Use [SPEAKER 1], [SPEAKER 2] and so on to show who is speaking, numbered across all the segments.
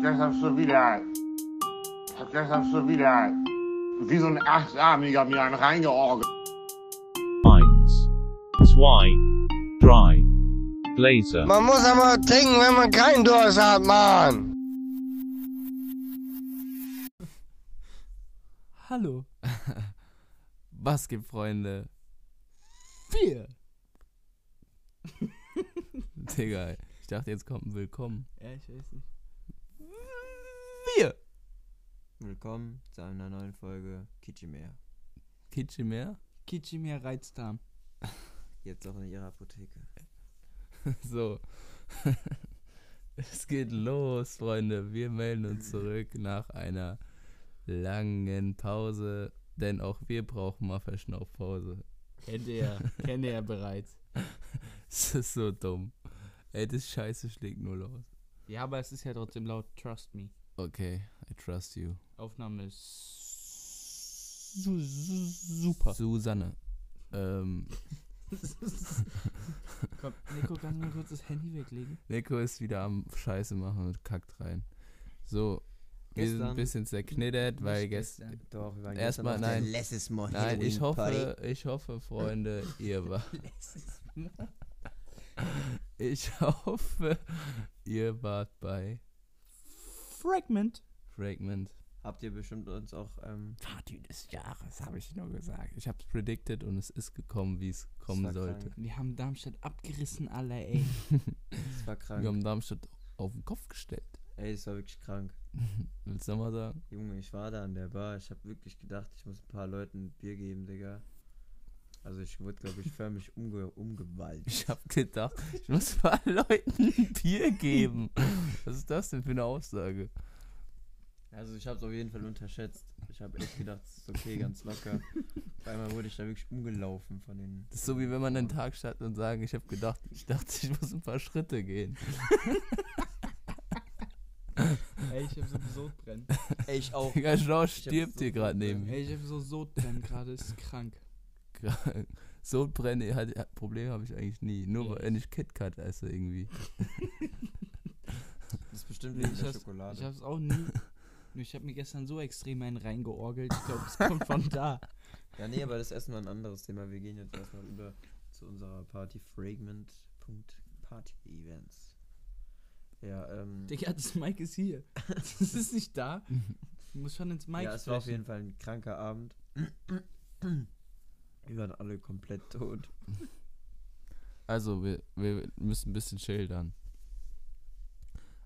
[SPEAKER 1] gestern schon wieder, hab gestern schon wieder wie so ein Achtarmiger mir einen reingeorgelt.
[SPEAKER 2] 1, 2, 3, Blazer,
[SPEAKER 3] Man muss aber trinken, wenn man keinen Durst hat, Mann.
[SPEAKER 4] Hallo. Was gibt, Freunde? Bier. Digga, ich dachte, jetzt kommt ein Willkommen.
[SPEAKER 5] Ja, ich weiß nicht.
[SPEAKER 4] Bier.
[SPEAKER 5] Willkommen zu einer neuen Folge Kitschimär.
[SPEAKER 4] Kitschi mehr?
[SPEAKER 6] Kitschimir Reizdarm.
[SPEAKER 5] Jetzt auch in ihrer Apotheke.
[SPEAKER 4] So. es geht los, Freunde. Wir melden uns zurück nach einer langen Pause, denn auch wir brauchen mal Verschnaufpause.
[SPEAKER 6] Kennt ihr, kennt ihr ja bereits.
[SPEAKER 4] Es ist so dumm. Ey, das Scheiße schlägt null aus.
[SPEAKER 6] Ja, aber es ist ja trotzdem laut Trust Me.
[SPEAKER 4] Okay, I trust you.
[SPEAKER 6] Aufnahme ist su su super.
[SPEAKER 4] Susanne. Ähm,
[SPEAKER 6] Komm, Nico, kannst du mal kurz das Handy weglegen?
[SPEAKER 4] Nico ist wieder am Scheiße machen und kackt rein. So, wir sind ein
[SPEAKER 5] Gestern-
[SPEAKER 4] bisschen zerknittert, weil gestern.
[SPEAKER 6] gestern.
[SPEAKER 5] Doch, wir waren
[SPEAKER 4] Erst mal nein.
[SPEAKER 5] Letztes Mal
[SPEAKER 4] Nein, ich
[SPEAKER 5] Halloween Party.
[SPEAKER 4] hoffe, ich hoffe, Freunde, ihr war. Ich hoffe, ihr wart bei
[SPEAKER 6] Fragment. Ah,
[SPEAKER 4] Fragment.
[SPEAKER 5] Habt ihr bestimmt uns auch ähm,
[SPEAKER 4] Party des Jahres, habe ich nur gesagt. Ich habe es predicted und es ist gekommen, wie es kommen
[SPEAKER 5] war
[SPEAKER 4] sollte.
[SPEAKER 5] krank.
[SPEAKER 6] Wir haben Darmstadt abgerissen, alle, ey.
[SPEAKER 5] das war
[SPEAKER 4] Wir
[SPEAKER 5] krank.
[SPEAKER 4] haben Darmstadt auf den Kopf gestellt.
[SPEAKER 5] Ey, das war wirklich krank.
[SPEAKER 4] Willst du nochmal sagen?
[SPEAKER 5] Junge, ich war da an der Bar. Ich hab wirklich gedacht, ich muss ein paar Leuten ein Bier geben, Digga. Also ich wurde, glaube ich, förmlich umge umgewaltet.
[SPEAKER 4] Ich habe gedacht, ich muss ein paar Leuten ein Bier geben. Was ist das denn für eine Aussage?
[SPEAKER 5] Also ich hab's auf jeden Fall unterschätzt. Ich hab echt gedacht, es ist okay, ganz locker. Auf einmal wurde ich da wirklich umgelaufen von den...
[SPEAKER 4] Das ist so wie wenn man einen Tag startet und sagt, ich habe gedacht, ich dachte, ich muss ein paar Schritte gehen.
[SPEAKER 6] ey, ich hab so Sodbrennen.
[SPEAKER 5] Ey, ich auch.
[SPEAKER 4] Digga, George
[SPEAKER 5] Ich hab
[SPEAKER 4] stirbt
[SPEAKER 5] so
[SPEAKER 4] hier gerade
[SPEAKER 5] viel
[SPEAKER 4] neben mir.
[SPEAKER 6] Ey, ich hab so Sodbrennen gerade, ist krank.
[SPEAKER 4] Sodbrenne, hat, hat- Problem habe ich eigentlich nie. Nur
[SPEAKER 6] Ja.
[SPEAKER 4] wenn ich KitKat esse irgendwie.
[SPEAKER 5] Das ist bestimmt wegen
[SPEAKER 6] Ich
[SPEAKER 5] der
[SPEAKER 6] hab's-
[SPEAKER 5] Schokolade.
[SPEAKER 6] Ich hab's auch nie. Nur ich hab mir gestern so extrem einen reingeorgelt. Ich glaube, es kommt von da.
[SPEAKER 5] Ja, nee, aber das ist erstmal ein anderes Thema. Wir gehen jetzt erstmal über zu unserer Party Fragment. Party Events. Ja, ähm.
[SPEAKER 6] Digga, das Mike ist hier. Das ist nicht da. Ich muss schon ins Mike
[SPEAKER 5] ja, es war auf
[SPEAKER 6] sprechen.
[SPEAKER 5] jeden Fall ein kranker Abend. Wir waren alle komplett tot.
[SPEAKER 4] Also, wir, wir müssen ein bisschen schildern.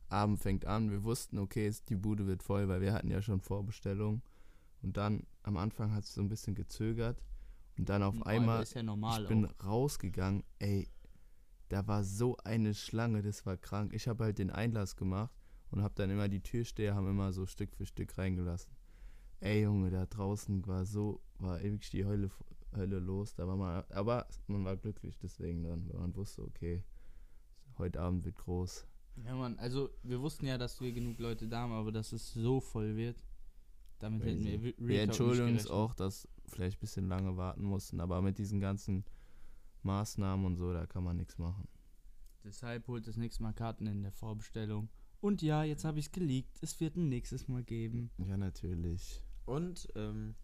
[SPEAKER 4] Abend fängt an, wir wussten, okay, es- die Bude wird voll, weil wir hatten ja schon Vorbestellungen. Und dann, am Anfang hat es so ein bisschen gezögert. Und dann auf
[SPEAKER 6] Aber
[SPEAKER 4] einmal,
[SPEAKER 6] Ist ja normal.
[SPEAKER 4] ich bin
[SPEAKER 6] auch.
[SPEAKER 4] rausgegangen, ey, da war so eine Schlange, das war krank. Ich habe halt den Einlass gemacht und habe dann immer die Türsteher haben immer so Stück für Stück reingelassen. Ey Junge, da draußen war so, war ewig die Hölle, Hölle los. Da war man, aber man war glücklich deswegen dann, weil man wusste, okay, heute Abend wird groß.
[SPEAKER 6] Ja, Mann, also wir wussten ja, dass wir genug Leute da haben, aber dass es so voll wird, damit hätten
[SPEAKER 4] Crazy.
[SPEAKER 6] wir Re- Real
[SPEAKER 4] Wir
[SPEAKER 6] Talk nicht
[SPEAKER 4] entschuldigen uns
[SPEAKER 6] gerechnet.
[SPEAKER 4] auch, dass vielleicht ein bisschen lange warten mussten, aber mit diesen ganzen Maßnahmen und so, da kann man nichts machen.
[SPEAKER 6] Deshalb holt das nächste Mal Karten in der Vorbestellung. Und ja, jetzt habe ich es geleakt. Es wird ein nächstes Mal geben.
[SPEAKER 4] Ja, natürlich.
[SPEAKER 5] Und, ähm.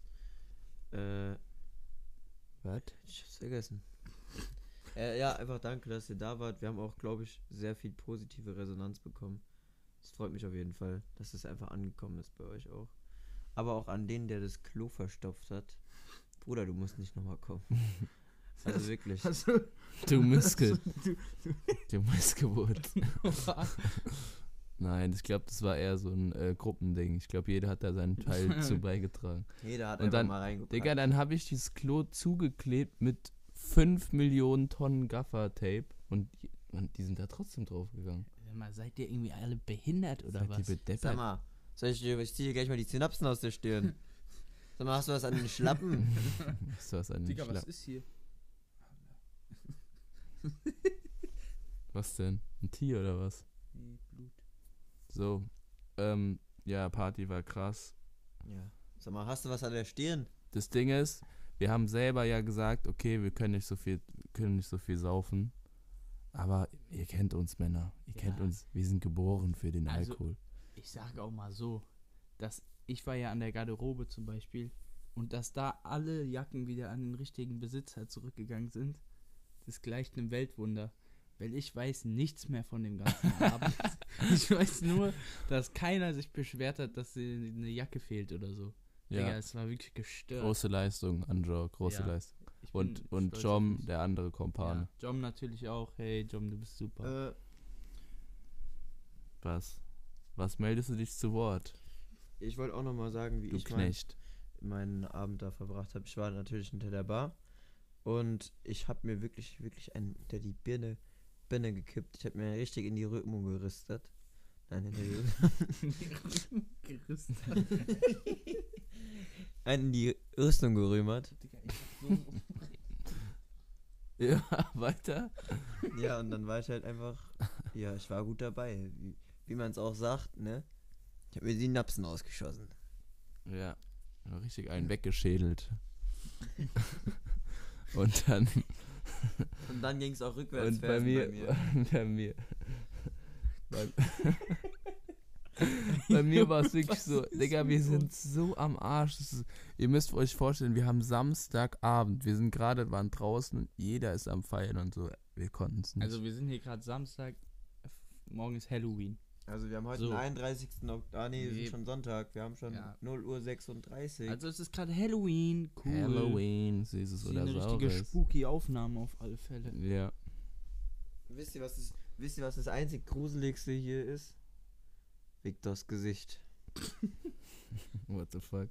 [SPEAKER 5] Äh,
[SPEAKER 4] Was?
[SPEAKER 5] ich hab's vergessen. Äh, ja, einfach danke, dass ihr da wart. Wir haben auch, glaube ich, sehr viel positive Resonanz bekommen. Es freut mich auf jeden Fall, dass es einfach angekommen ist bei euch auch. Aber auch an den, der das Klo verstopft hat. Bruder, du musst nicht nochmal kommen. Also wirklich.
[SPEAKER 6] Also,
[SPEAKER 4] Du Missgeburt. Du Missgeburt. Nein, ich glaube, das war eher so ein äh, Gruppending. Ich glaube, jeder hat da seinen Teil zu beigetragen.
[SPEAKER 5] Jeder hat
[SPEAKER 4] Und
[SPEAKER 5] einfach
[SPEAKER 4] dann-
[SPEAKER 5] mal reingeguckt.
[SPEAKER 4] Digga, dann habe ich dieses Klo zugeklebt mit 5 Millionen Tonnen Gaffer-Tape und, die- und die sind da trotzdem draufgegangen.
[SPEAKER 6] mal, seid ihr irgendwie alle behindert oder
[SPEAKER 4] Seid ihr
[SPEAKER 6] was?
[SPEAKER 5] Sag
[SPEAKER 4] bedeppert?
[SPEAKER 5] mal, soll ich dir, ich zieh dir gleich mal die Synapsen aus der Stirn. Sag mal, hast du was an den Schlappen?
[SPEAKER 4] Ist was, an den Schla- was,
[SPEAKER 6] ist hier?
[SPEAKER 4] denn? Ein Tier oder was? So. Ähm, ja, Party war krass.
[SPEAKER 5] ja. Sag mal, hast du was an der Stirn?
[SPEAKER 4] Das Ding ist, wir haben selber ja gesagt, okay, wir können nicht so viel, können nicht so viel saufen. Aber ihr kennt uns Männer. Ihr kennt
[SPEAKER 6] Ja.
[SPEAKER 4] uns. Wir sind geboren für den
[SPEAKER 6] Also-
[SPEAKER 4] Alkohol.
[SPEAKER 6] ich sage auch mal so, dass ich war ja an der Garderobe zum Beispiel und dass da alle Jacken wieder an den richtigen Besitzer zurückgegangen sind, das gleicht einem Weltwunder. Weil ich weiß nichts mehr von dem ganzen Abend. Ich weiß nur, dass keiner sich beschwert hat, dass sie- eine Jacke fehlt oder so. Ja. Digga,
[SPEAKER 4] Ja,
[SPEAKER 6] es war wirklich gestört.
[SPEAKER 4] große Leistung, Anjo, große
[SPEAKER 6] Ja.
[SPEAKER 4] Leistung.
[SPEAKER 6] Ich bin
[SPEAKER 4] Und, und
[SPEAKER 6] stolz auf
[SPEAKER 4] Jom,
[SPEAKER 6] mich.
[SPEAKER 4] der andere Kompane.
[SPEAKER 6] Ja, Jom natürlich auch. Hey, Jom, du bist super.
[SPEAKER 5] Äh,
[SPEAKER 4] Was? Was meldest du dich zu Wort,
[SPEAKER 5] ich wollte auch nochmal sagen, wie
[SPEAKER 4] du
[SPEAKER 5] ich mein,
[SPEAKER 4] Knecht?
[SPEAKER 5] meinen Abend da verbracht habe. Ich war natürlich hinter der Bar und ich habe mir wirklich, wirklich einen hinter die Birne, Birne gekippt. Ich habe mir richtig in die Rücken geristet. Nein, hinter die
[SPEAKER 6] Gerissen.
[SPEAKER 5] einen in die Rüstung gerümmert.
[SPEAKER 4] Ja, weiter?
[SPEAKER 5] Ja, und dann war ich halt einfach, ja, ich war gut dabei. Wie, wie man es auch sagt, ne? Ich habe mir die Napsen ausgeschossen.
[SPEAKER 4] Ja. Richtig einen weggeschädelt. und dann
[SPEAKER 5] Und dann ging es auch rückwärts.
[SPEAKER 4] Und bei mir, bei
[SPEAKER 5] mir.
[SPEAKER 4] mir, bei mir, bei, mir war es wirklich so, Digga, wir sind so am Arsch. Das ist, ihr müsst euch vorstellen, wir haben Samstagabend, wir sind gerade, waren draußen und jeder ist am Feiern und so. Wir konnten es nicht.
[SPEAKER 6] Also wir sind hier gerade Samstag. F- Morgen ist Halloween.
[SPEAKER 5] Also wir haben heute
[SPEAKER 6] So.
[SPEAKER 5] den 31. Oktober. Ah nee, wir
[SPEAKER 6] Nee.
[SPEAKER 5] sind schon Sonntag. Wir haben schon
[SPEAKER 6] Ja.
[SPEAKER 5] 0 Uhr 36.
[SPEAKER 6] Also es ist gerade Halloween. Cool.
[SPEAKER 4] Halloween, süßes
[SPEAKER 6] Das ist
[SPEAKER 4] oder
[SPEAKER 6] eine richtige
[SPEAKER 4] saures.
[SPEAKER 6] spooky Aufnahme auf alle Fälle.
[SPEAKER 4] Ja,
[SPEAKER 5] wisst, ihr, was das, wisst ihr, was das einzig Gruseligste hier ist? Viktors Gesicht.
[SPEAKER 4] what the fuck.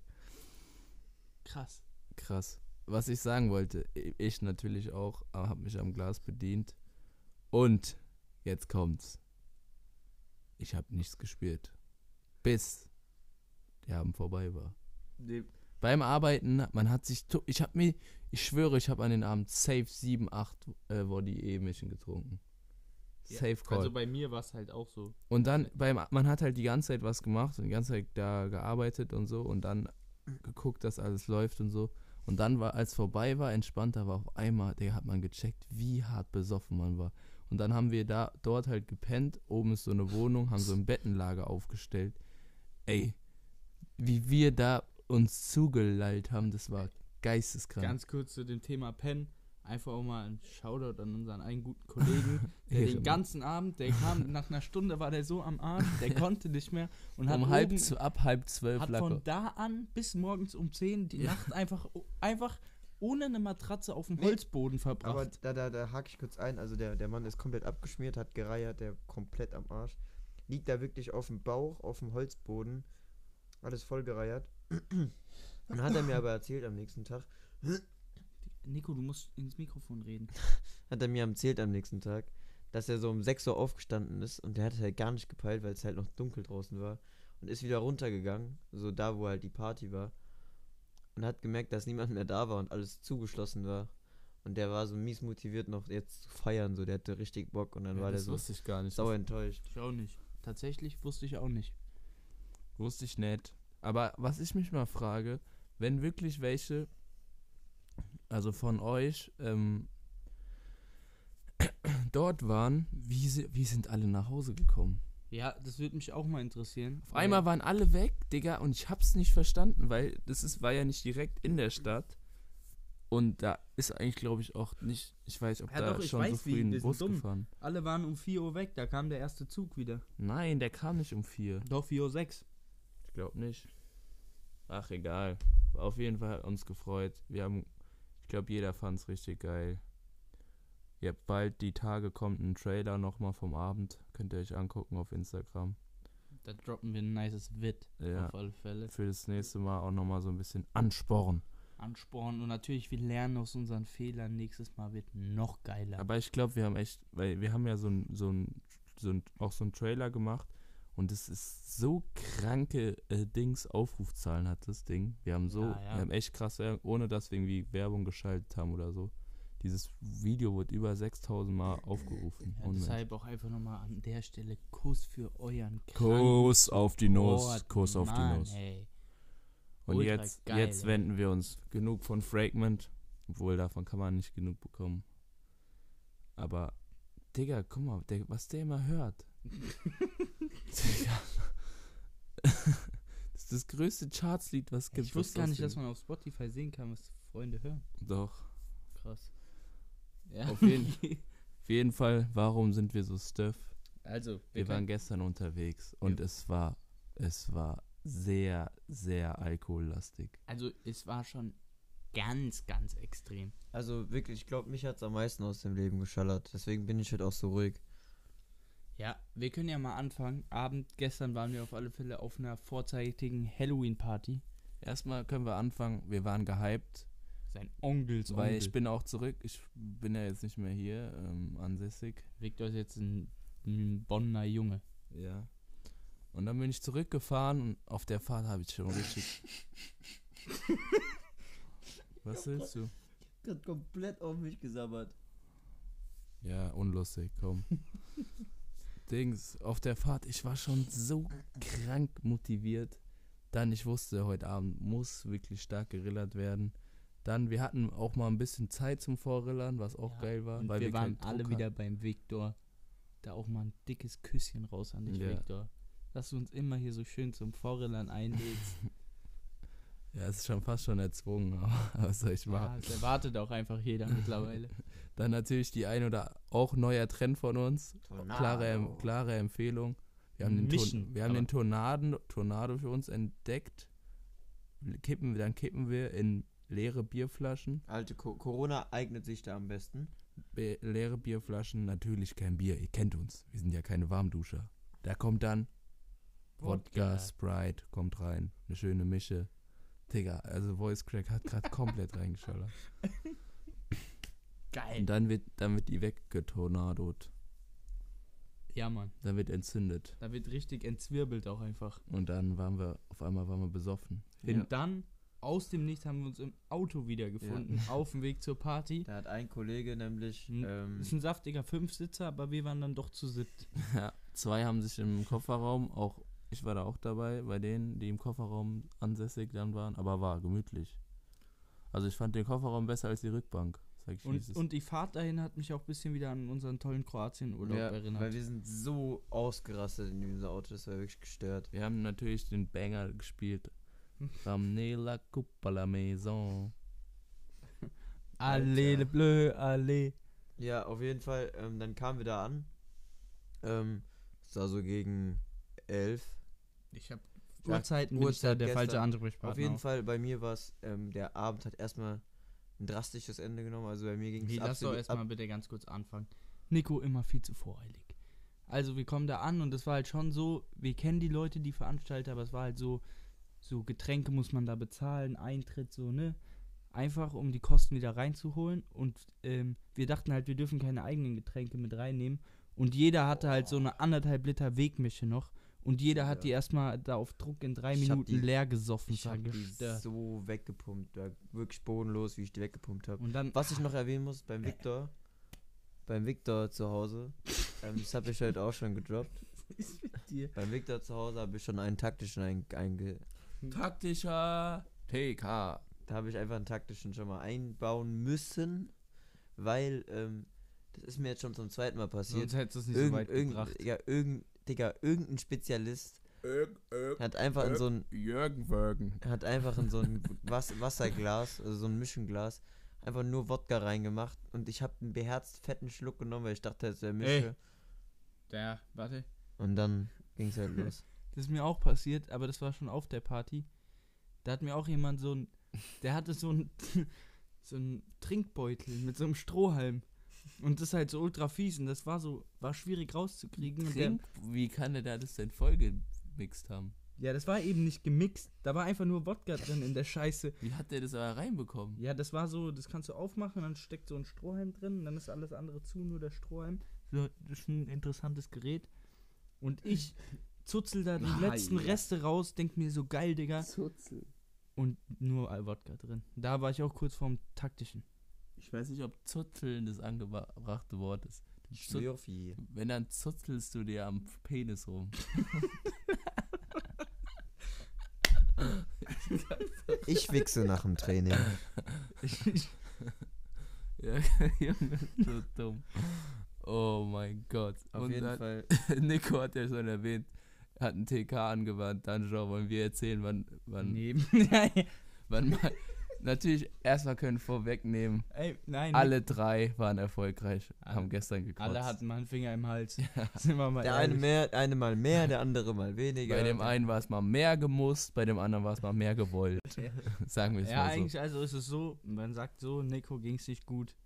[SPEAKER 6] Krass.
[SPEAKER 4] Krass. Was ich sagen wollte, i- ich natürlich auch, habe mich am Glas bedient. Und jetzt kommt's. Ich habe nichts gespürt. Bis der Abend vorbei war. Beim Arbeiten, man hat sich, to- ich habe mir, ich schwöre, ich habe an den Abend safe 7, 8 äh, Body E-Mischen getrunken. Safe Call.
[SPEAKER 6] Also bei mir war es halt auch so.
[SPEAKER 4] Und dann beim, man hat halt die ganze Zeit was gemacht und die ganze Zeit da gearbeitet und so und dann geguckt, dass alles läuft und so. Und dann war, als vorbei war, entspannter war auf einmal, der hat man gecheckt, wie hart besoffen man war. Und dann haben wir da dort halt gepennt, oben ist so eine Wohnung, haben so ein Bettenlager aufgestellt. Ey, wie wir da uns zugelallt haben, das war geisteskrank.
[SPEAKER 6] Ganz kurz zu dem Thema Pen. Einfach auch mal ein Shoutout an unseren einen guten Kollegen, der
[SPEAKER 4] Hier
[SPEAKER 6] den
[SPEAKER 4] schon mal.
[SPEAKER 6] ganzen Abend, der kam, nach einer Stunde war der so am Arsch, der konnte nicht mehr und hat
[SPEAKER 4] um halb
[SPEAKER 6] oben-
[SPEAKER 4] zu, ab halb zwölf
[SPEAKER 6] hat
[SPEAKER 4] lag er.
[SPEAKER 6] von da an bis morgens um 10 die Nacht einfach, einfach ohne eine Matratze auf dem
[SPEAKER 5] Nee,
[SPEAKER 6] Holzboden
[SPEAKER 5] Aber
[SPEAKER 6] verbracht.
[SPEAKER 5] da, da, da hake ich kurz ein. Also der, der Mann ist komplett abgeschmiert, hat gereiert, der komplett am Arsch. Liegt da wirklich auf dem Bauch, auf dem Holzboden. Alles voll gereiert. Dann hat er mir aber erzählt am nächsten Tag,
[SPEAKER 6] Nico, du musst ins Mikrofon reden.
[SPEAKER 5] hat er mir erzählt am nächsten Tag, dass er so um 6 Uhr aufgestanden ist und der hat halt gar nicht gepeilt, weil es halt noch dunkel draußen war und ist wieder runtergegangen, so da, wo halt die Party war und hat gemerkt, dass niemand mehr da war und alles zugeschlossen war und der war so mies motiviert noch jetzt zu feiern, so der hatte richtig Bock und dann war der
[SPEAKER 4] das
[SPEAKER 5] so
[SPEAKER 4] wusste ich gar nicht.
[SPEAKER 5] sauer enttäuscht.
[SPEAKER 6] Ich auch nicht. Tatsächlich wusste ich auch nicht.
[SPEAKER 4] Wusste ich nicht. Aber was ich mich mal frage, wenn wirklich welche, also von euch, ähm, dort waren, wie, si- wie sind alle nach Hause gekommen?
[SPEAKER 6] Ja, das würde mich auch mal interessieren.
[SPEAKER 4] Auf einmal waren alle weg, Digga, und ich hab's nicht verstanden, weil das ist, war ja nicht direkt in der Stadt. Und da ist eigentlich, glaube ich, auch nicht, ich weiß, ob
[SPEAKER 6] Ja,
[SPEAKER 4] da
[SPEAKER 6] doch, ich
[SPEAKER 4] schon so
[SPEAKER 6] weiß, wie,
[SPEAKER 4] früh ein
[SPEAKER 6] wir sind
[SPEAKER 4] Bus
[SPEAKER 6] dumm.
[SPEAKER 4] gefahren.
[SPEAKER 6] Alle waren um 4 Uhr weg, da kam der erste Zug wieder.
[SPEAKER 4] Nein, der kam nicht um vier.
[SPEAKER 6] Doch, 4 Uhr 6.
[SPEAKER 4] Ich glaube nicht. Ach, egal. Auf jeden Fall hat uns gefreut. Wir haben, ich glaube, jeder fand's richtig geil. Ja, bald die Tage kommt ein Trailer nochmal vom Abend. Könnt ihr euch angucken auf Instagram.
[SPEAKER 6] Da droppen wir ein nices Wit.
[SPEAKER 4] Ja.
[SPEAKER 6] Auf alle Fälle.
[SPEAKER 4] Für das nächste Mal auch nochmal so ein bisschen ansporen.
[SPEAKER 6] Ansporn und natürlich, wir lernen aus unseren Fehlern. Nächstes Mal wird noch geiler.
[SPEAKER 4] Aber ich glaube, wir haben echt, weil wir haben ja so ein, so ein, so ein, auch so einen Trailer gemacht. Und es ist so kranke äh, Dings, Aufrufzahlen hat das Ding. Wir haben so,
[SPEAKER 6] Ja, ja.
[SPEAKER 4] wir haben echt krass, Werbung, ohne dass wir irgendwie Werbung geschaltet haben oder so. Dieses Video wird über 6000 Mal aufgerufen.
[SPEAKER 6] ja,
[SPEAKER 4] Unmensch.
[SPEAKER 6] deshalb auch einfach nochmal an der Stelle Kuss für euren
[SPEAKER 4] Kuss auf die Nuss,
[SPEAKER 6] Ort,
[SPEAKER 4] Kuss auf die
[SPEAKER 6] Mann,
[SPEAKER 4] Nuss.
[SPEAKER 6] ey.
[SPEAKER 4] Und
[SPEAKER 6] ultra
[SPEAKER 4] jetzt,
[SPEAKER 6] geil,
[SPEAKER 4] jetzt
[SPEAKER 6] ey.
[SPEAKER 4] wenden wir uns genug von Fragment. Obwohl, davon kann man nicht genug bekommen. Aber, Digga, guck mal, der, was der immer hört. Digga. das größte Chartslied, was es gibt.
[SPEAKER 6] Ich wusste gar
[SPEAKER 4] was
[SPEAKER 6] nicht,
[SPEAKER 4] das
[SPEAKER 6] dass man auf Spotify sehen kann, was Freunde hören.
[SPEAKER 4] denn- Doch.
[SPEAKER 6] Krass. Ja.
[SPEAKER 4] Auf jeden- Auf jeden Fall, warum sind wir so stiff?
[SPEAKER 6] Also,
[SPEAKER 4] Wir
[SPEAKER 6] können-
[SPEAKER 4] waren gestern unterwegs und es war, es war sehr, sehr alkohollastig.
[SPEAKER 6] also es war schon ganz, ganz extrem.
[SPEAKER 5] Also wirklich, ich glaube, mich hat es am meisten aus dem Leben geschallert. Deswegen bin ich heute auch so ruhig.
[SPEAKER 6] Ja, wir können ja mal anfangen. Abend, gestern waren wir auf alle Fälle auf einer vorzeitigen Halloween-Party.
[SPEAKER 4] Erstmal können wir anfangen. Wir waren gehypt,
[SPEAKER 6] Sein Onkels
[SPEAKER 4] weil
[SPEAKER 6] Onkel.
[SPEAKER 4] ich bin auch zurück. Ich bin ja jetzt nicht mehr hier ähm, ansässig.
[SPEAKER 6] Victor ist jetzt ein, ein Bonner Junge.
[SPEAKER 4] Ja. Und dann bin ich zurückgefahren und auf der Fahrt habe ich schon richtig. Was willst du?
[SPEAKER 5] Hat komplett auf mich gesabbert.
[SPEAKER 4] Ja, unlustig, komm. Dings, auf der Fahrt, ich war schon so krank motiviert. Dann, ich wusste, heute Abend muss wirklich stark gerillert werden. Dann, wir hatten auch mal ein bisschen Zeit zum Vorrillern, was auch
[SPEAKER 6] Ja,
[SPEAKER 4] geil war.
[SPEAKER 6] Und wir, waren
[SPEAKER 4] keinen
[SPEAKER 6] alle
[SPEAKER 4] Druck
[SPEAKER 6] wieder beim Victor. Da auch mal ein dickes Küsschen raus an dich,
[SPEAKER 4] Ja.
[SPEAKER 6] Victor. Dass du uns immer hier so schön zum Vorrillern einlädst.
[SPEAKER 4] hatten. Ja, es ist schon fast schon erzwungen, aber was soll ich
[SPEAKER 6] ja,
[SPEAKER 4] machen?
[SPEAKER 6] das erwartet auch einfach jeder mittlerweile.
[SPEAKER 4] Dann natürlich die ein oder auch neuer Trend von uns. Klare, Em- klare Empfehlung. Wir haben den, Ton,
[SPEAKER 6] Mischen,
[SPEAKER 4] wir haben
[SPEAKER 6] aber-
[SPEAKER 4] den Tornaden, Tornado für uns entdeckt. Kippen, dann kippen wir in leere Bierflaschen.
[SPEAKER 5] Alte Co Corona eignet sich da am besten.
[SPEAKER 4] Be leere Bierflaschen, natürlich kein Bier. Ihr kennt uns. Wir sind ja keine Warmduscher. Da kommt dann Wodka, Sprite, kommt rein. Eine schöne Mische. Digga, also Voice Crack hat gerade komplett reingeschallert.
[SPEAKER 6] Geil.
[SPEAKER 4] Und dann wird, dann wird die weggetornadot.
[SPEAKER 6] Ja, Mann.
[SPEAKER 4] Dann wird entzündet.
[SPEAKER 6] Da wird richtig entzwirbelt auch einfach.
[SPEAKER 4] Und dann waren wir, auf einmal waren wir besoffen.
[SPEAKER 6] Und dann, aus dem Nichts, haben wir uns im Auto wiedergefunden. Auf dem Weg zur Party.
[SPEAKER 5] Da hat ein Kollege nämlich.
[SPEAKER 6] Hm,
[SPEAKER 5] Ähm,
[SPEAKER 6] Ist ein saftiger Fünfsitzer, aber wir waren dann doch zu siebt.
[SPEAKER 4] Ja, zwei haben sich im Kofferraum auch, ich war da auch dabei, bei denen, die im Kofferraum ansässig dann waren, aber war gemütlich. Also ich fand den Kofferraum besser als die Rückbank. Sag ich, wie es
[SPEAKER 6] Und,
[SPEAKER 4] ist.
[SPEAKER 6] und die Fahrt dahin hat mich auch ein bisschen wieder an unseren tollen Kroatienurlaub
[SPEAKER 5] ja,
[SPEAKER 6] erinnert.
[SPEAKER 5] weil wir sind so ausgerastet in diesem Auto, das war wirklich gestört.
[SPEAKER 4] wir haben natürlich den Banger gespielt. Ramenez la coupe à la maison.
[SPEAKER 6] Allez, le bleu, allez.
[SPEAKER 5] Ja, auf jeden Fall. Ähm, dann kamen wir da an. Ähm, es war so gegen elf.
[SPEAKER 6] Ich habe
[SPEAKER 5] Ja,
[SPEAKER 6] Uhrzeiten bin ich da
[SPEAKER 5] Uhrzeit
[SPEAKER 6] der
[SPEAKER 5] gestern.
[SPEAKER 6] falsche Ansprechpartner.
[SPEAKER 5] Auf jeden
[SPEAKER 6] auch.
[SPEAKER 5] Fall, bei mir war es, ähm, der Abend hat erstmal ein drastisches Ende genommen. Also bei mir ging
[SPEAKER 6] Nee,
[SPEAKER 5] es
[SPEAKER 6] lass doch
[SPEAKER 5] absolut
[SPEAKER 6] erstmal
[SPEAKER 5] ab.
[SPEAKER 6] bitte ganz kurz anfangen. Nico immer viel zu voreilig. Also wir kommen da an und das war halt schon so, wir kennen die Leute, die Veranstalter, aber es war halt so, so Getränke muss man da bezahlen, Eintritt, so, ne? Einfach, um die Kosten wieder reinzuholen. Und ähm, wir dachten halt, wir dürfen keine eigenen Getränke mit reinnehmen. Und jeder hatte halt so eine anderthalb Liter Wegmische noch. Und jeder hat
[SPEAKER 5] Ja.
[SPEAKER 6] die erstmal da auf Druck in drei
[SPEAKER 5] Ich hab
[SPEAKER 6] Minuten
[SPEAKER 5] die-
[SPEAKER 6] leer gesoffen.
[SPEAKER 5] Ich habe die
[SPEAKER 6] zergestört.
[SPEAKER 5] so weggepumpt, war wirklich bodenlos, wie ich die weggepumpt habe.
[SPEAKER 6] Und dann,
[SPEAKER 5] Ähm, Was ich noch erwähnen muss, beim Victor, beim Victor zu Hause, ähm, das habe ich heute auch schon gedroppt.
[SPEAKER 6] ist mit dir?
[SPEAKER 5] Beim Victor zu Hause habe ich schon einen taktischen ein, einge,
[SPEAKER 4] Taktischer TK.
[SPEAKER 5] da habe ich einfach einen taktischen schon mal einbauen müssen, weil ähm, das ist mir jetzt schon zum zweiten Mal passiert.
[SPEAKER 6] Sonst hättest du es nicht so
[SPEAKER 5] Irgend,
[SPEAKER 6] weit gebracht.
[SPEAKER 5] irgend, Digga, irgend, Digga, irgendein Spezialist hat einfach in so ein
[SPEAKER 4] Jürgen Wörgen.
[SPEAKER 5] hat einfach in so ein Was Wasserglas, also so ein Mischenglas, einfach nur Wodka reingemacht und ich habe einen beherzt fetten Schluck genommen, weil ich dachte, es wäre Mische.
[SPEAKER 6] Ja, warte.
[SPEAKER 5] Und dann ging es halt los.
[SPEAKER 6] Das ist mir auch passiert, aber das war schon auf der Party. Da hat mir auch jemand so ein. Der hatte so ein. so einen Trinkbeutel mit so einem Strohhalm. Und das ist halt so ultra fies und das war so. War schwierig rauszukriegen. Und der,
[SPEAKER 4] Trink, wie kann der da das denn vollgemixt haben?
[SPEAKER 6] ja, das war eben nicht gemixt. Da war einfach nur Wodka drin in der Scheiße.
[SPEAKER 4] Wie hat der das aber reinbekommen?
[SPEAKER 6] Ja, das war so. Das kannst du aufmachen, dann steckt so ein Strohhalm drin und dann ist alles andere zu, nur der Strohhalm. So, das ist ein interessantes Gerät. Und ich zuzel da die letzten Reste raus, denk mir so geil, Digga.
[SPEAKER 4] Zuzel.
[SPEAKER 6] Und nur Al- Wodka drin. Da war ich auch kurz vorm taktischen.
[SPEAKER 4] Ich weiß nicht, ob Zutzeln das angebrachte Wort ist. Du zut-
[SPEAKER 5] Schlürfi.
[SPEAKER 4] wenn, dann zutzelst du dir am Penis rum.
[SPEAKER 5] Ich wichse nach dem Training.
[SPEAKER 4] ja, Junge, so dumm. Oh mein Gott.
[SPEAKER 5] Auf
[SPEAKER 4] Und
[SPEAKER 5] jeden
[SPEAKER 4] dann,
[SPEAKER 5] Fall.
[SPEAKER 4] Nico hat ja schon erwähnt, hat einen TK angewandt. Danjo, wollen wir erzählen, wann, wann,
[SPEAKER 6] Neben. Nein,
[SPEAKER 4] wann man. Natürlich, erstmal können wir vorwegnehmen,
[SPEAKER 6] ey, nein.
[SPEAKER 4] alle drei waren erfolgreich, haben gestern gekotzt.
[SPEAKER 6] alle hatten mal einen Finger im Hals. Sind wir mal
[SPEAKER 5] Der eine,
[SPEAKER 6] ehrlich.
[SPEAKER 5] mehr, eine mal mehr, der andere mal weniger.
[SPEAKER 4] bei dem einen war es mal mehr gemusst, bei dem anderen war es mal mehr gewollt. Sagen wir es
[SPEAKER 6] Ja,
[SPEAKER 4] mal so.
[SPEAKER 6] eigentlich, also ist es so, man sagt so, Nico ging es nicht gut.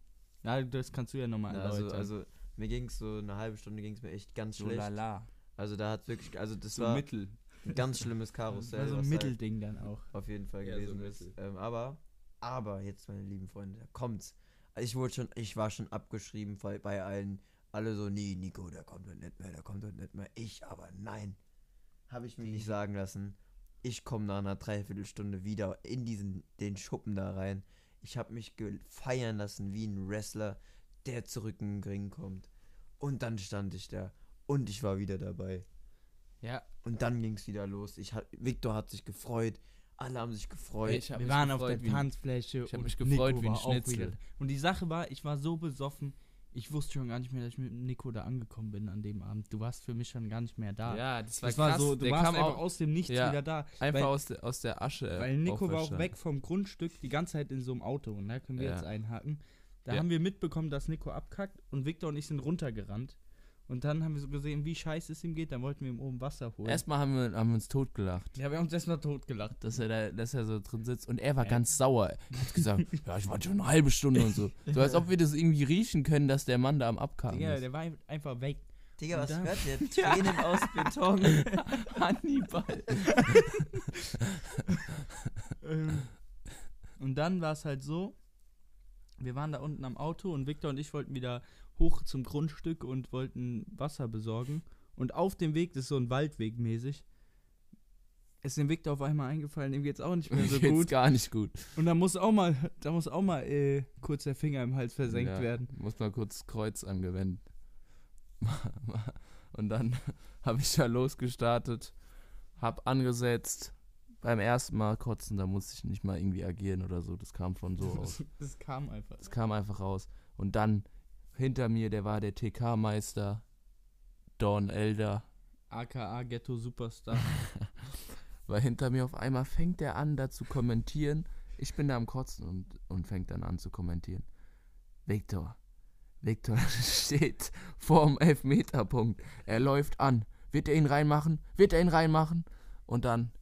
[SPEAKER 6] Ja, das kannst du ja nochmal
[SPEAKER 5] Ja,
[SPEAKER 6] erläutern.
[SPEAKER 5] also, also mir ging es so eine halbe Stunde ging es mir echt ganz
[SPEAKER 6] so
[SPEAKER 5] schlecht.
[SPEAKER 6] lala.
[SPEAKER 5] Also da hat wirklich, also das
[SPEAKER 6] So
[SPEAKER 5] war
[SPEAKER 6] mittel.
[SPEAKER 5] ein ganz schlimmes Karussell.
[SPEAKER 6] Also
[SPEAKER 5] was
[SPEAKER 6] ein
[SPEAKER 5] da
[SPEAKER 6] Mittelding dann auch.
[SPEAKER 5] auf jeden Fall
[SPEAKER 4] Ja,
[SPEAKER 5] gewesen
[SPEAKER 4] so
[SPEAKER 5] ist.
[SPEAKER 4] mittel.
[SPEAKER 5] Ähm, aber, aber jetzt, meine lieben Freunde, da kommt's. Also ich wurde schon, ich war schon abgeschrieben bei, bei allen. Alle so, nee, Nico, der kommt heute nicht mehr, der kommt heute nicht mehr. Ich aber nein. Habe ich mir nicht sagen lassen. Ich komme nach einer Dreiviertelstunde wieder in diesen, den Schuppen da rein. Ich habe mich ge- feiern lassen wie ein Wrestler, der zurück in den Ring kommt. Und dann stand ich da. Und ich war wieder dabei.
[SPEAKER 6] Ja,
[SPEAKER 5] Und dann ging es wieder los. Ich hat, Victor hat sich gefreut. Alle haben sich gefreut.
[SPEAKER 4] Ich hab
[SPEAKER 6] wir
[SPEAKER 4] mich
[SPEAKER 6] waren auf
[SPEAKER 4] gefreut
[SPEAKER 6] der
[SPEAKER 4] wie ein-
[SPEAKER 6] Tanzfläche.
[SPEAKER 4] ich hab
[SPEAKER 6] und
[SPEAKER 4] mich gefreut
[SPEAKER 6] Nico
[SPEAKER 4] wie ein
[SPEAKER 6] war auch wieder
[SPEAKER 4] Schnitzel.
[SPEAKER 6] da. Und die Sache war, ich war so besoffen, ich wusste schon gar nicht mehr, dass ich mit Nico da angekommen bin an dem Abend. Du warst für mich schon gar nicht mehr da.
[SPEAKER 4] Ja, das
[SPEAKER 6] das war so, du
[SPEAKER 4] der
[SPEAKER 6] warst
[SPEAKER 4] kam
[SPEAKER 6] einfach
[SPEAKER 4] auch
[SPEAKER 6] aus dem Nichts
[SPEAKER 4] Ja.
[SPEAKER 6] wieder da.
[SPEAKER 4] einfach
[SPEAKER 6] weil-
[SPEAKER 4] aus, der, aus der Asche. äh,
[SPEAKER 6] Weil Nico war auch
[SPEAKER 4] auferstanden.
[SPEAKER 6] weg vom Grundstück die ganze Zeit in so einem Auto. Und da können wir
[SPEAKER 4] Ja.
[SPEAKER 6] jetzt einhaken. Da
[SPEAKER 4] Ja.
[SPEAKER 6] haben wir mitbekommen, dass Nico abkackt und Victor und ich sind runtergerannt. Und dann haben wir so gesehen, wie scheiße es ihm geht. Dann wollten wir ihm oben Wasser holen.
[SPEAKER 4] Erstmal haben wir, haben wir uns totgelacht.
[SPEAKER 6] ja, wir haben uns erstmal totgelacht.
[SPEAKER 4] Dass er, da, dass er so drin sitzt und er war ganz sauer. Er hat gesagt, ja, ich warte schon eine halbe Stunde und so. So als ob wir das irgendwie riechen können, dass der Mann da am Abkacken
[SPEAKER 6] Digga,
[SPEAKER 4] ist.
[SPEAKER 6] der war einfach weg.
[SPEAKER 5] Digga,
[SPEAKER 6] Und
[SPEAKER 5] was
[SPEAKER 6] da-
[SPEAKER 5] hört ihr? Tränen aus Beton.
[SPEAKER 4] Hannibal.
[SPEAKER 6] Ähm, und dann war es halt so, wir waren da unten am Auto und Victor und ich wollten wieder hoch zum Grundstück und wollten Wasser besorgen. Und auf dem Weg, das ist so ein Waldweg mäßig, ist dem Victor auf einmal eingefallen, ihm geht's auch nicht mehr
[SPEAKER 4] Mir
[SPEAKER 6] so
[SPEAKER 4] geht's
[SPEAKER 6] gut.
[SPEAKER 4] gar nicht gut.
[SPEAKER 6] Und da muss auch mal, da muss auch mal äh, kurz der Finger im Hals versenkt
[SPEAKER 4] Ja,
[SPEAKER 6] werden.
[SPEAKER 4] Muss mal kurz Kreuz angewendet. Und dann habe ich ja losgestartet, hab angesetzt. Beim ersten Mal kotzen, da musste ich nicht mal irgendwie agieren oder so. Das kam von so aus.
[SPEAKER 6] Das, das kam einfach.
[SPEAKER 4] Das kam einfach raus. Und dann hinter mir, der war der TK-Meister, Dawn Elder.
[SPEAKER 6] AKA Ghetto Superstar.
[SPEAKER 4] Weil hinter mir auf einmal fängt er an, da zu kommentieren. Ich bin da am Kotzen und, und fängt dann an zu kommentieren. Viktor, Viktor steht vorm Elfmeterpunkt. Er läuft an. Wird er ihn reinmachen? Wird er ihn reinmachen? Und dann,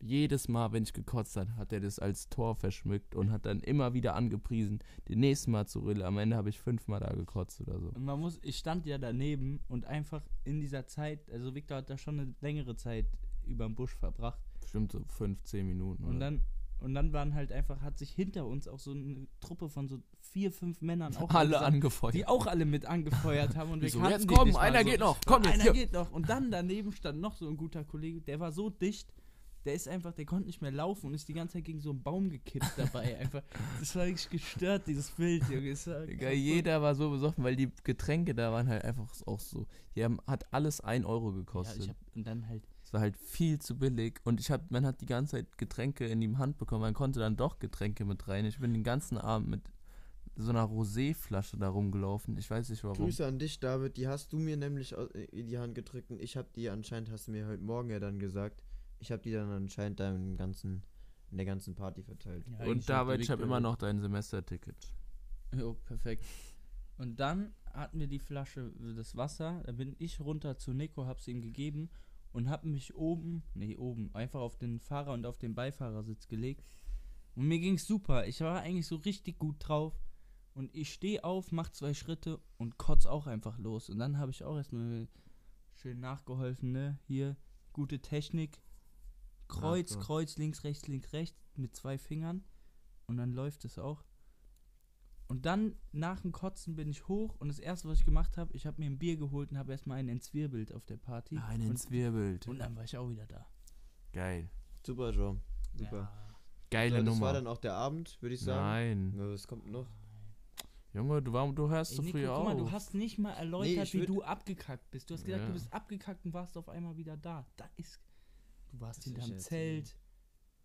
[SPEAKER 4] jedes Mal, wenn ich gekotzt hat, hat er das als Tor verschmückt und hat dann immer wieder angepriesen, den nächsten Mal zu Rille. Am Ende habe ich fünfmal da gekotzt oder so.
[SPEAKER 6] Und man muss, ich stand ja daneben und einfach in dieser Zeit, also Victor hat da schon eine längere Zeit überm Busch verbracht.
[SPEAKER 4] Bestimmt so fünf, zehn Minuten.
[SPEAKER 6] Und
[SPEAKER 4] oder
[SPEAKER 6] dann, und dann waren halt einfach, hat sich hinter uns auch so eine Truppe von so vier, fünf Männern auch
[SPEAKER 4] alle
[SPEAKER 6] angesammelt,
[SPEAKER 4] angefeuert.
[SPEAKER 6] die auch alle mit angefeuert haben. Und wir
[SPEAKER 4] So,
[SPEAKER 6] kannten
[SPEAKER 4] jetzt
[SPEAKER 6] die
[SPEAKER 4] komm,
[SPEAKER 6] nicht mal
[SPEAKER 4] einer
[SPEAKER 6] so.
[SPEAKER 4] geht noch, komm jetzt,
[SPEAKER 6] Einer
[SPEAKER 4] hier.
[SPEAKER 6] geht noch. Und dann daneben stand noch so ein guter Kollege, der war so dicht, der ist einfach, der konnte nicht mehr laufen und ist die ganze Zeit gegen so einen Baum gekippt dabei. einfach. Das war wirklich gestört, dieses Bild, Junge. Das war
[SPEAKER 4] Egal,
[SPEAKER 6] kaputt.
[SPEAKER 4] jeder war so besoffen, weil die Getränke da waren halt einfach auch so. Die haben, hat alles 1 Euro
[SPEAKER 6] Ja,
[SPEAKER 4] gekostet.
[SPEAKER 6] ich hab, und dann halt
[SPEAKER 4] es war halt viel zu billig und ich hab, man hat die ganze Zeit Getränke in die Hand bekommen. Man konnte dann doch Getränke mit rein. Ich bin den ganzen Abend mit so einer Roséflasche da rumgelaufen. Ich weiß nicht warum.
[SPEAKER 5] Grüße an dich, David. Die hast du mir nämlich au- in die Hand gedrückt und ich habe die anscheinend, hast du mir heute Morgen ja dann gesagt, ich habe die dann anscheinend da im ganzen, in der ganzen Party verteilt.
[SPEAKER 6] Ja, eigentlich
[SPEAKER 4] und
[SPEAKER 6] hat der
[SPEAKER 4] David, ich habe
[SPEAKER 6] Victor- halt
[SPEAKER 4] immer noch dein Semesterticket.
[SPEAKER 6] Jo, perfekt. Und dann hatten wir die Flasche, äh, das Wasser. Da bin ich runter zu Nico, hab's ihm gegeben und hab mich oben, nee, oben, einfach auf den Fahrer- und auf den Beifahrersitz gelegt. Und mir ging's super. Ich war eigentlich so richtig gut drauf. Und ich stehe auf, mach zwei Schritte und kotz auch einfach los. Und dann habe ich auch erstmal schön nachgeholfen, ne? Hier, gute Technik. Kreuz,
[SPEAKER 5] Hardcore.
[SPEAKER 6] Kreuz, links, rechts, links, rechts mit zwei Fingern. Und dann läuft es auch. Und dann nach dem Kotzen bin ich hoch und das erste, was ich gemacht habe, ich habe mir ein Bier geholt und habe erstmal einen entzwirbelt auf der Party.
[SPEAKER 5] Ah,
[SPEAKER 4] Einen
[SPEAKER 6] und,
[SPEAKER 4] Zwirbelt.
[SPEAKER 6] und dann war ich auch wieder da.
[SPEAKER 4] Geil.
[SPEAKER 5] Super, Joe. Super.
[SPEAKER 6] Ja.
[SPEAKER 4] Geile
[SPEAKER 5] so, das war
[SPEAKER 4] Nummer.
[SPEAKER 5] dann auch der Abend, würde ich sagen.
[SPEAKER 4] Nein.
[SPEAKER 5] Na, was kommt noch?
[SPEAKER 4] Junge, du, warum, du hörst
[SPEAKER 6] Ey,
[SPEAKER 4] so
[SPEAKER 6] Nico,
[SPEAKER 4] früh
[SPEAKER 6] guck mal, du
[SPEAKER 4] auf.
[SPEAKER 6] hast nicht mal
[SPEAKER 5] Nee,
[SPEAKER 6] erläutert,
[SPEAKER 5] ich
[SPEAKER 6] wie
[SPEAKER 5] würd-
[SPEAKER 6] du abgekackt bist. Du hast gesagt,
[SPEAKER 4] Ja.
[SPEAKER 6] du bist abgekackt und warst auf einmal wieder da. Da ist. Du warst
[SPEAKER 5] Das will ich
[SPEAKER 6] hinterm
[SPEAKER 5] ja
[SPEAKER 6] Zelt,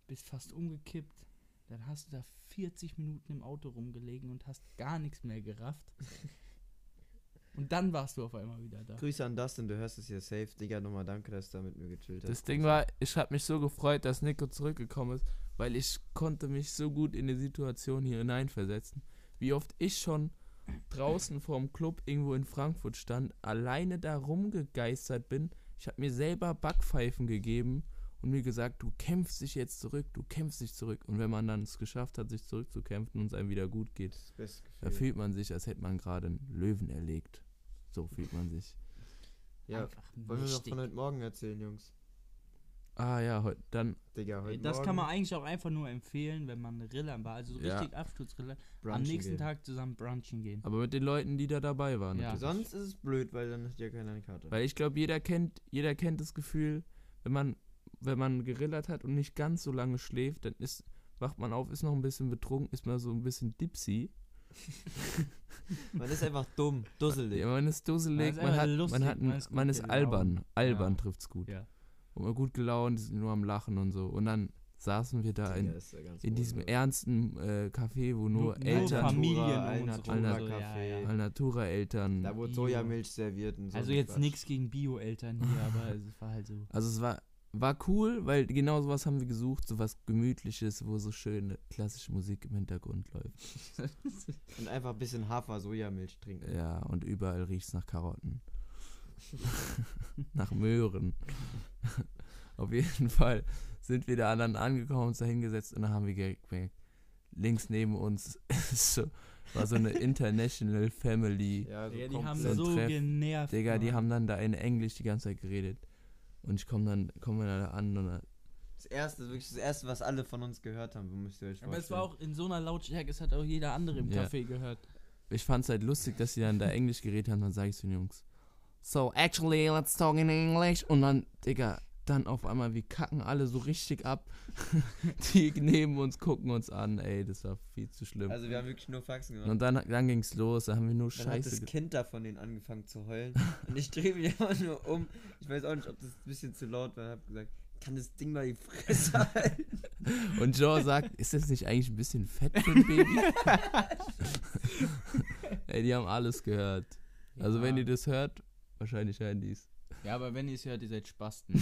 [SPEAKER 6] bist fast umgekippt. Dann hast du da 40 Minuten im Auto rumgelegen und hast gar nichts mehr gerafft. Und dann warst du auf einmal wieder da.
[SPEAKER 5] Grüße an Dustin, du hörst es hier safe. Digga, nochmal danke, dass du da mit mir gechillt hast.
[SPEAKER 4] Das Ding war, ich habe mich so gefreut, dass Nico zurückgekommen ist, weil ich konnte mich so gut in die Situation hier hineinversetzen. Wie oft ich schon draußen vorm Club irgendwo in Frankfurt stand, alleine da rumgegeistert bin. Ich habe mir selber Backpfeifen gegeben und mir gesagt, du kämpfst dich jetzt zurück, du kämpfst dich zurück. Und wenn man dann es geschafft hat, sich zurückzukämpfen und es einem wieder gut geht,
[SPEAKER 5] das beste
[SPEAKER 4] da
[SPEAKER 5] Gefühl.
[SPEAKER 4] fühlt man sich, als hätte man gerade einen Löwen erlegt. So fühlt man sich.
[SPEAKER 5] Ja,
[SPEAKER 6] Einfach
[SPEAKER 5] wollen wir noch
[SPEAKER 6] mächtig.
[SPEAKER 5] von heute Morgen erzählen, Jungs?
[SPEAKER 4] Ah ja, heute dann
[SPEAKER 5] Digga, heute
[SPEAKER 6] Das
[SPEAKER 5] Morgen.
[SPEAKER 6] kann man eigentlich auch einfach nur empfehlen, wenn man Rillern war, also so
[SPEAKER 4] Ja.
[SPEAKER 6] richtig Absturzrillern. Am
[SPEAKER 5] brunchen
[SPEAKER 6] nächsten
[SPEAKER 5] gehen.
[SPEAKER 6] Tag zusammen brunchen gehen.
[SPEAKER 4] aber mit den Leuten, die da dabei waren.
[SPEAKER 6] Ja.
[SPEAKER 4] natürlich.
[SPEAKER 5] Sonst ist es blöd, weil dann hat ja keiner eine Karte.
[SPEAKER 4] Weil ich glaube, jeder kennt, jeder kennt das Gefühl, wenn man, wenn man gerillert hat und nicht ganz so lange schläft, dann ist, wacht man auf, ist noch ein bisschen betrunken, ist mal so ein bisschen dipsy.
[SPEAKER 5] Man ist einfach dumm, dusselig.
[SPEAKER 4] Ja, man ist dusselig,
[SPEAKER 6] Man ist
[SPEAKER 4] man,
[SPEAKER 6] einfach
[SPEAKER 4] hat,
[SPEAKER 6] lustig,
[SPEAKER 4] man hat,
[SPEAKER 6] man
[SPEAKER 4] man
[SPEAKER 6] ist
[SPEAKER 4] ist,
[SPEAKER 6] gut
[SPEAKER 4] man ist
[SPEAKER 6] gelaunt.
[SPEAKER 4] albern, albern
[SPEAKER 6] Ja.
[SPEAKER 4] trifft's gut.
[SPEAKER 6] Ja.
[SPEAKER 4] Und man gut gelaunt, ist nur am Lachen und so. Und dann saßen wir da in, in diesem ernsten äh, Café, wo nur, Eltern,
[SPEAKER 6] Familien um
[SPEAKER 5] Alnatura,
[SPEAKER 6] uns rum und so,
[SPEAKER 5] Alnatura,
[SPEAKER 6] ja,
[SPEAKER 5] Café.
[SPEAKER 6] ja.
[SPEAKER 4] Alnatura-Eltern.
[SPEAKER 5] Da wurde
[SPEAKER 6] Bio.
[SPEAKER 5] Sojamilch serviert und so.
[SPEAKER 6] Also
[SPEAKER 5] ein
[SPEAKER 6] jetzt
[SPEAKER 5] Quatsch.
[SPEAKER 6] nichts gegen Bio-Eltern hier, aber es war halt so.
[SPEAKER 4] Also es war, war cool, weil genau sowas haben wir gesucht, sowas Gemütliches, wo so schöne klassische Musik im Hintergrund läuft.
[SPEAKER 5] Und einfach ein bisschen Hafer-Sojamilch trinken.
[SPEAKER 4] Ja, und überall riecht es nach Karotten. nach Möhren. Auf jeden Fall sind wir da dann angekommen, uns da hingesetzt und dann haben wir gemerkt, links neben uns ist so, war so eine International Family.
[SPEAKER 5] Ja, so
[SPEAKER 6] Digga, die
[SPEAKER 5] komplett.
[SPEAKER 6] haben
[SPEAKER 4] so ein
[SPEAKER 6] so
[SPEAKER 4] Treff.
[SPEAKER 6] genervt.
[SPEAKER 4] Digga, die
[SPEAKER 6] Mann.
[SPEAKER 4] haben dann da in Englisch die ganze Zeit geredet. Und ich komme dann, komme dann da an und dann,
[SPEAKER 5] Das erste, wirklich das erste, was alle von uns gehört haben, müsst ihr euch vorstellen.
[SPEAKER 6] Aber es war auch in so einer Lautstärke, es hat auch jeder andere im
[SPEAKER 4] Ja.
[SPEAKER 6] Café gehört.
[SPEAKER 4] ich fand es halt lustig, dass sie dann da Englisch geredet haben. Dann sage ich zu den Jungs, so actually let's talk in English. Und dann, Digga, dann auf einmal, wir kacken alle so richtig ab. die neben uns gucken uns an, ey, das war viel zu schlimm.
[SPEAKER 5] Also wir haben wirklich nur Faxen gemacht.
[SPEAKER 4] und dann, dann ging's los, da haben wir nur
[SPEAKER 5] Dann
[SPEAKER 4] Scheiße.
[SPEAKER 5] hat das
[SPEAKER 4] ge-
[SPEAKER 5] Kind da von denen angefangen zu heulen. und ich drehe mich einfach nur um. Ich weiß auch nicht, ob das ein bisschen zu laut war. Ich habe gesagt, kann das Ding mal die Fresse halten?
[SPEAKER 4] Und Joe sagt, ist das nicht eigentlich ein bisschen fett für ein Baby? ey, die haben alles gehört. Also wenn ihr das hört, wahrscheinlich hören die es.
[SPEAKER 6] Ja, aber wenn ihr es hört, ihr seid Spasten.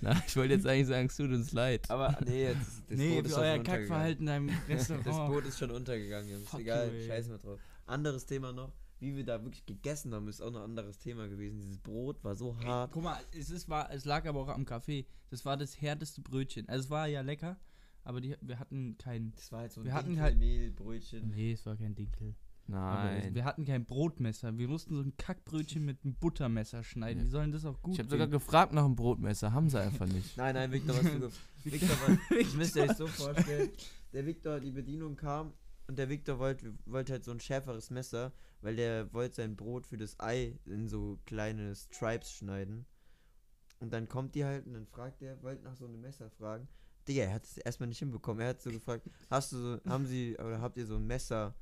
[SPEAKER 4] Na, ich wollte jetzt eigentlich sagen, es tut uns leid.
[SPEAKER 5] Aber nee, jetzt, das
[SPEAKER 6] nee,
[SPEAKER 5] Boot
[SPEAKER 6] für
[SPEAKER 5] ist doch schon
[SPEAKER 6] euer
[SPEAKER 5] untergegangen.
[SPEAKER 6] Kackverhalten in einem
[SPEAKER 5] Das
[SPEAKER 6] Restaurant.
[SPEAKER 5] Boot ist schon untergegangen, Jungs.
[SPEAKER 6] Fuck
[SPEAKER 5] Egal,
[SPEAKER 6] you, ey.
[SPEAKER 5] scheiß mal drauf. Anderes Thema noch, wie wir da wirklich gegessen haben, ist auch noch ein anderes Thema gewesen. Dieses Brot war so hart.
[SPEAKER 6] Guck mal, es, ist, war, es lag aber auch am Kaffee. Das war das härteste Brötchen. Also es war ja lecker, aber die, wir hatten kein...
[SPEAKER 5] Das war halt so ein
[SPEAKER 6] Wir hatten halt-
[SPEAKER 5] Dinkelmehlbrötchen.
[SPEAKER 6] Nee, es war kein Dinkel. Aber
[SPEAKER 4] Nein.
[SPEAKER 6] wir hatten kein Brotmesser. Wir mussten so ein Kackbrötchen mit einem Buttermesser schneiden.
[SPEAKER 4] Ja.
[SPEAKER 6] Wie sollen das auch gut
[SPEAKER 4] Ich habe sogar gefragt nach einem Brotmesser, haben sie einfach nicht.
[SPEAKER 5] Nein, nein, Victor, was du ge- Victor, was, das müsst ihr euch so vorstellen. Der Victor, die Bedienung kam und der Victor wollte wollt halt so ein schärferes Messer, weil der wollte sein Brot für das Ei in so kleine Stripes schneiden. Und dann kommt die halt und dann fragt er, wollte nach so einem Messer fragen. Digga, er hat es erstmal nicht hinbekommen. Er hat so gefragt, hast du so, haben sie oder habt ihr so ein Messer,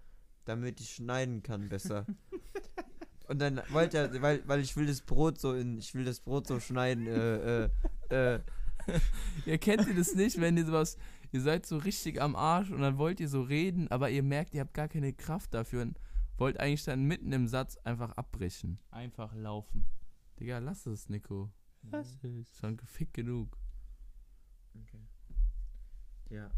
[SPEAKER 5] damit ich schneiden kann besser? Und dann wollte er, weil, weil ich will das Brot so in, ich will das Brot so schneiden, äh, äh, äh,
[SPEAKER 4] ihr kennt ihr das nicht, wenn ihr sowas, ihr seid so richtig am Arsch und dann wollt ihr so reden, aber ihr merkt, ihr habt gar keine Kraft dafür und wollt eigentlich dann mitten im Satz einfach abbrechen.
[SPEAKER 6] Einfach laufen.
[SPEAKER 4] Digga, lass es, Nico. Lass es. Schon gefickt genug.
[SPEAKER 5] Ja,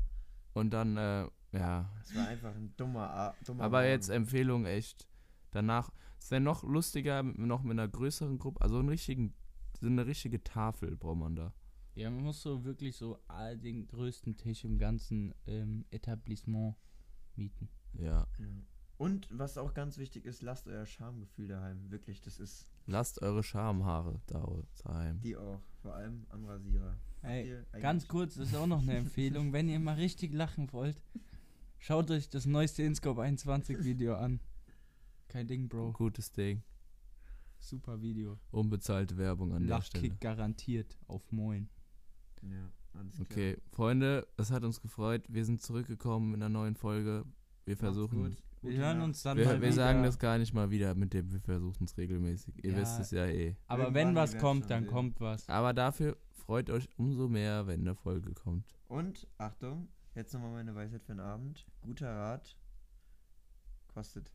[SPEAKER 4] Und dann, äh, ja.
[SPEAKER 5] es war einfach ein dummer, Ar- dummer
[SPEAKER 4] Aber
[SPEAKER 5] Morgen.
[SPEAKER 4] jetzt äh, Empfehlung echt. Danach ist ja noch lustiger, mit- noch mit einer größeren Gruppe, also einen richtigen, so eine richtige Tafel braucht man da.
[SPEAKER 6] Ja, man muss so wirklich so all den größten Tisch im ganzen ähm, Etablissement mieten.
[SPEAKER 4] Ja.
[SPEAKER 5] Ja. Und was auch ganz wichtig ist, lasst euer Schamgefühl daheim. Wirklich, das ist
[SPEAKER 4] Lasst eure Schamhaare da daheim.
[SPEAKER 5] die auch. Vor allem am Rasierer. Habt
[SPEAKER 6] Ey,
[SPEAKER 5] ihr eigentlich-
[SPEAKER 6] ganz kurz, das ist auch noch eine Empfehlung. Wenn ihr mal richtig lachen wollt, schaut euch das neueste InScope 21 Video an. Kein Ding, Bro.
[SPEAKER 4] Gutes Ding.
[SPEAKER 6] Super Video.
[SPEAKER 4] Unbezahlte Werbung an der Stelle.
[SPEAKER 6] Lachkick garantiert auf Moin.
[SPEAKER 5] Ja, alles klar.
[SPEAKER 4] Okay, Freunde, es hat uns gefreut. Wir sind zurückgekommen mit einer neuen Folge. Wir
[SPEAKER 5] Macht's
[SPEAKER 4] versuchen.
[SPEAKER 5] gut.
[SPEAKER 6] Wir
[SPEAKER 5] Gute
[SPEAKER 6] hören
[SPEAKER 5] Nacht.
[SPEAKER 6] uns dann mal
[SPEAKER 4] Wir, wir
[SPEAKER 6] wieder.
[SPEAKER 4] sagen das gar nicht mal wieder mit dem, wir versuchen es regelmäßig. Ihr
[SPEAKER 6] Ja.
[SPEAKER 4] wisst es ja eh.
[SPEAKER 6] Aber wenn
[SPEAKER 5] Irgendwann
[SPEAKER 6] was
[SPEAKER 5] werden's
[SPEAKER 6] kommt,
[SPEAKER 5] schon
[SPEAKER 6] dann
[SPEAKER 5] sehen.
[SPEAKER 6] kommt was.
[SPEAKER 4] Aber dafür freut euch umso mehr, wenn eine Folge kommt.
[SPEAKER 5] Und, Achtung, jetzt nochmal meine Weisheit für den Abend. Guter Rat kostet.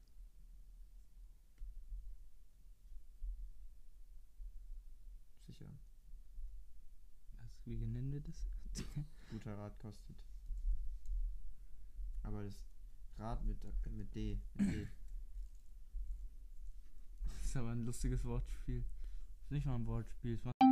[SPEAKER 6] wie nennen wir das?
[SPEAKER 5] Guter Rat kostet. Aber das Rad mit, mit D. Mit D.
[SPEAKER 6] Das ist aber ein lustiges Wortspiel. Ist nicht mal ein Wortspiel. Ist mal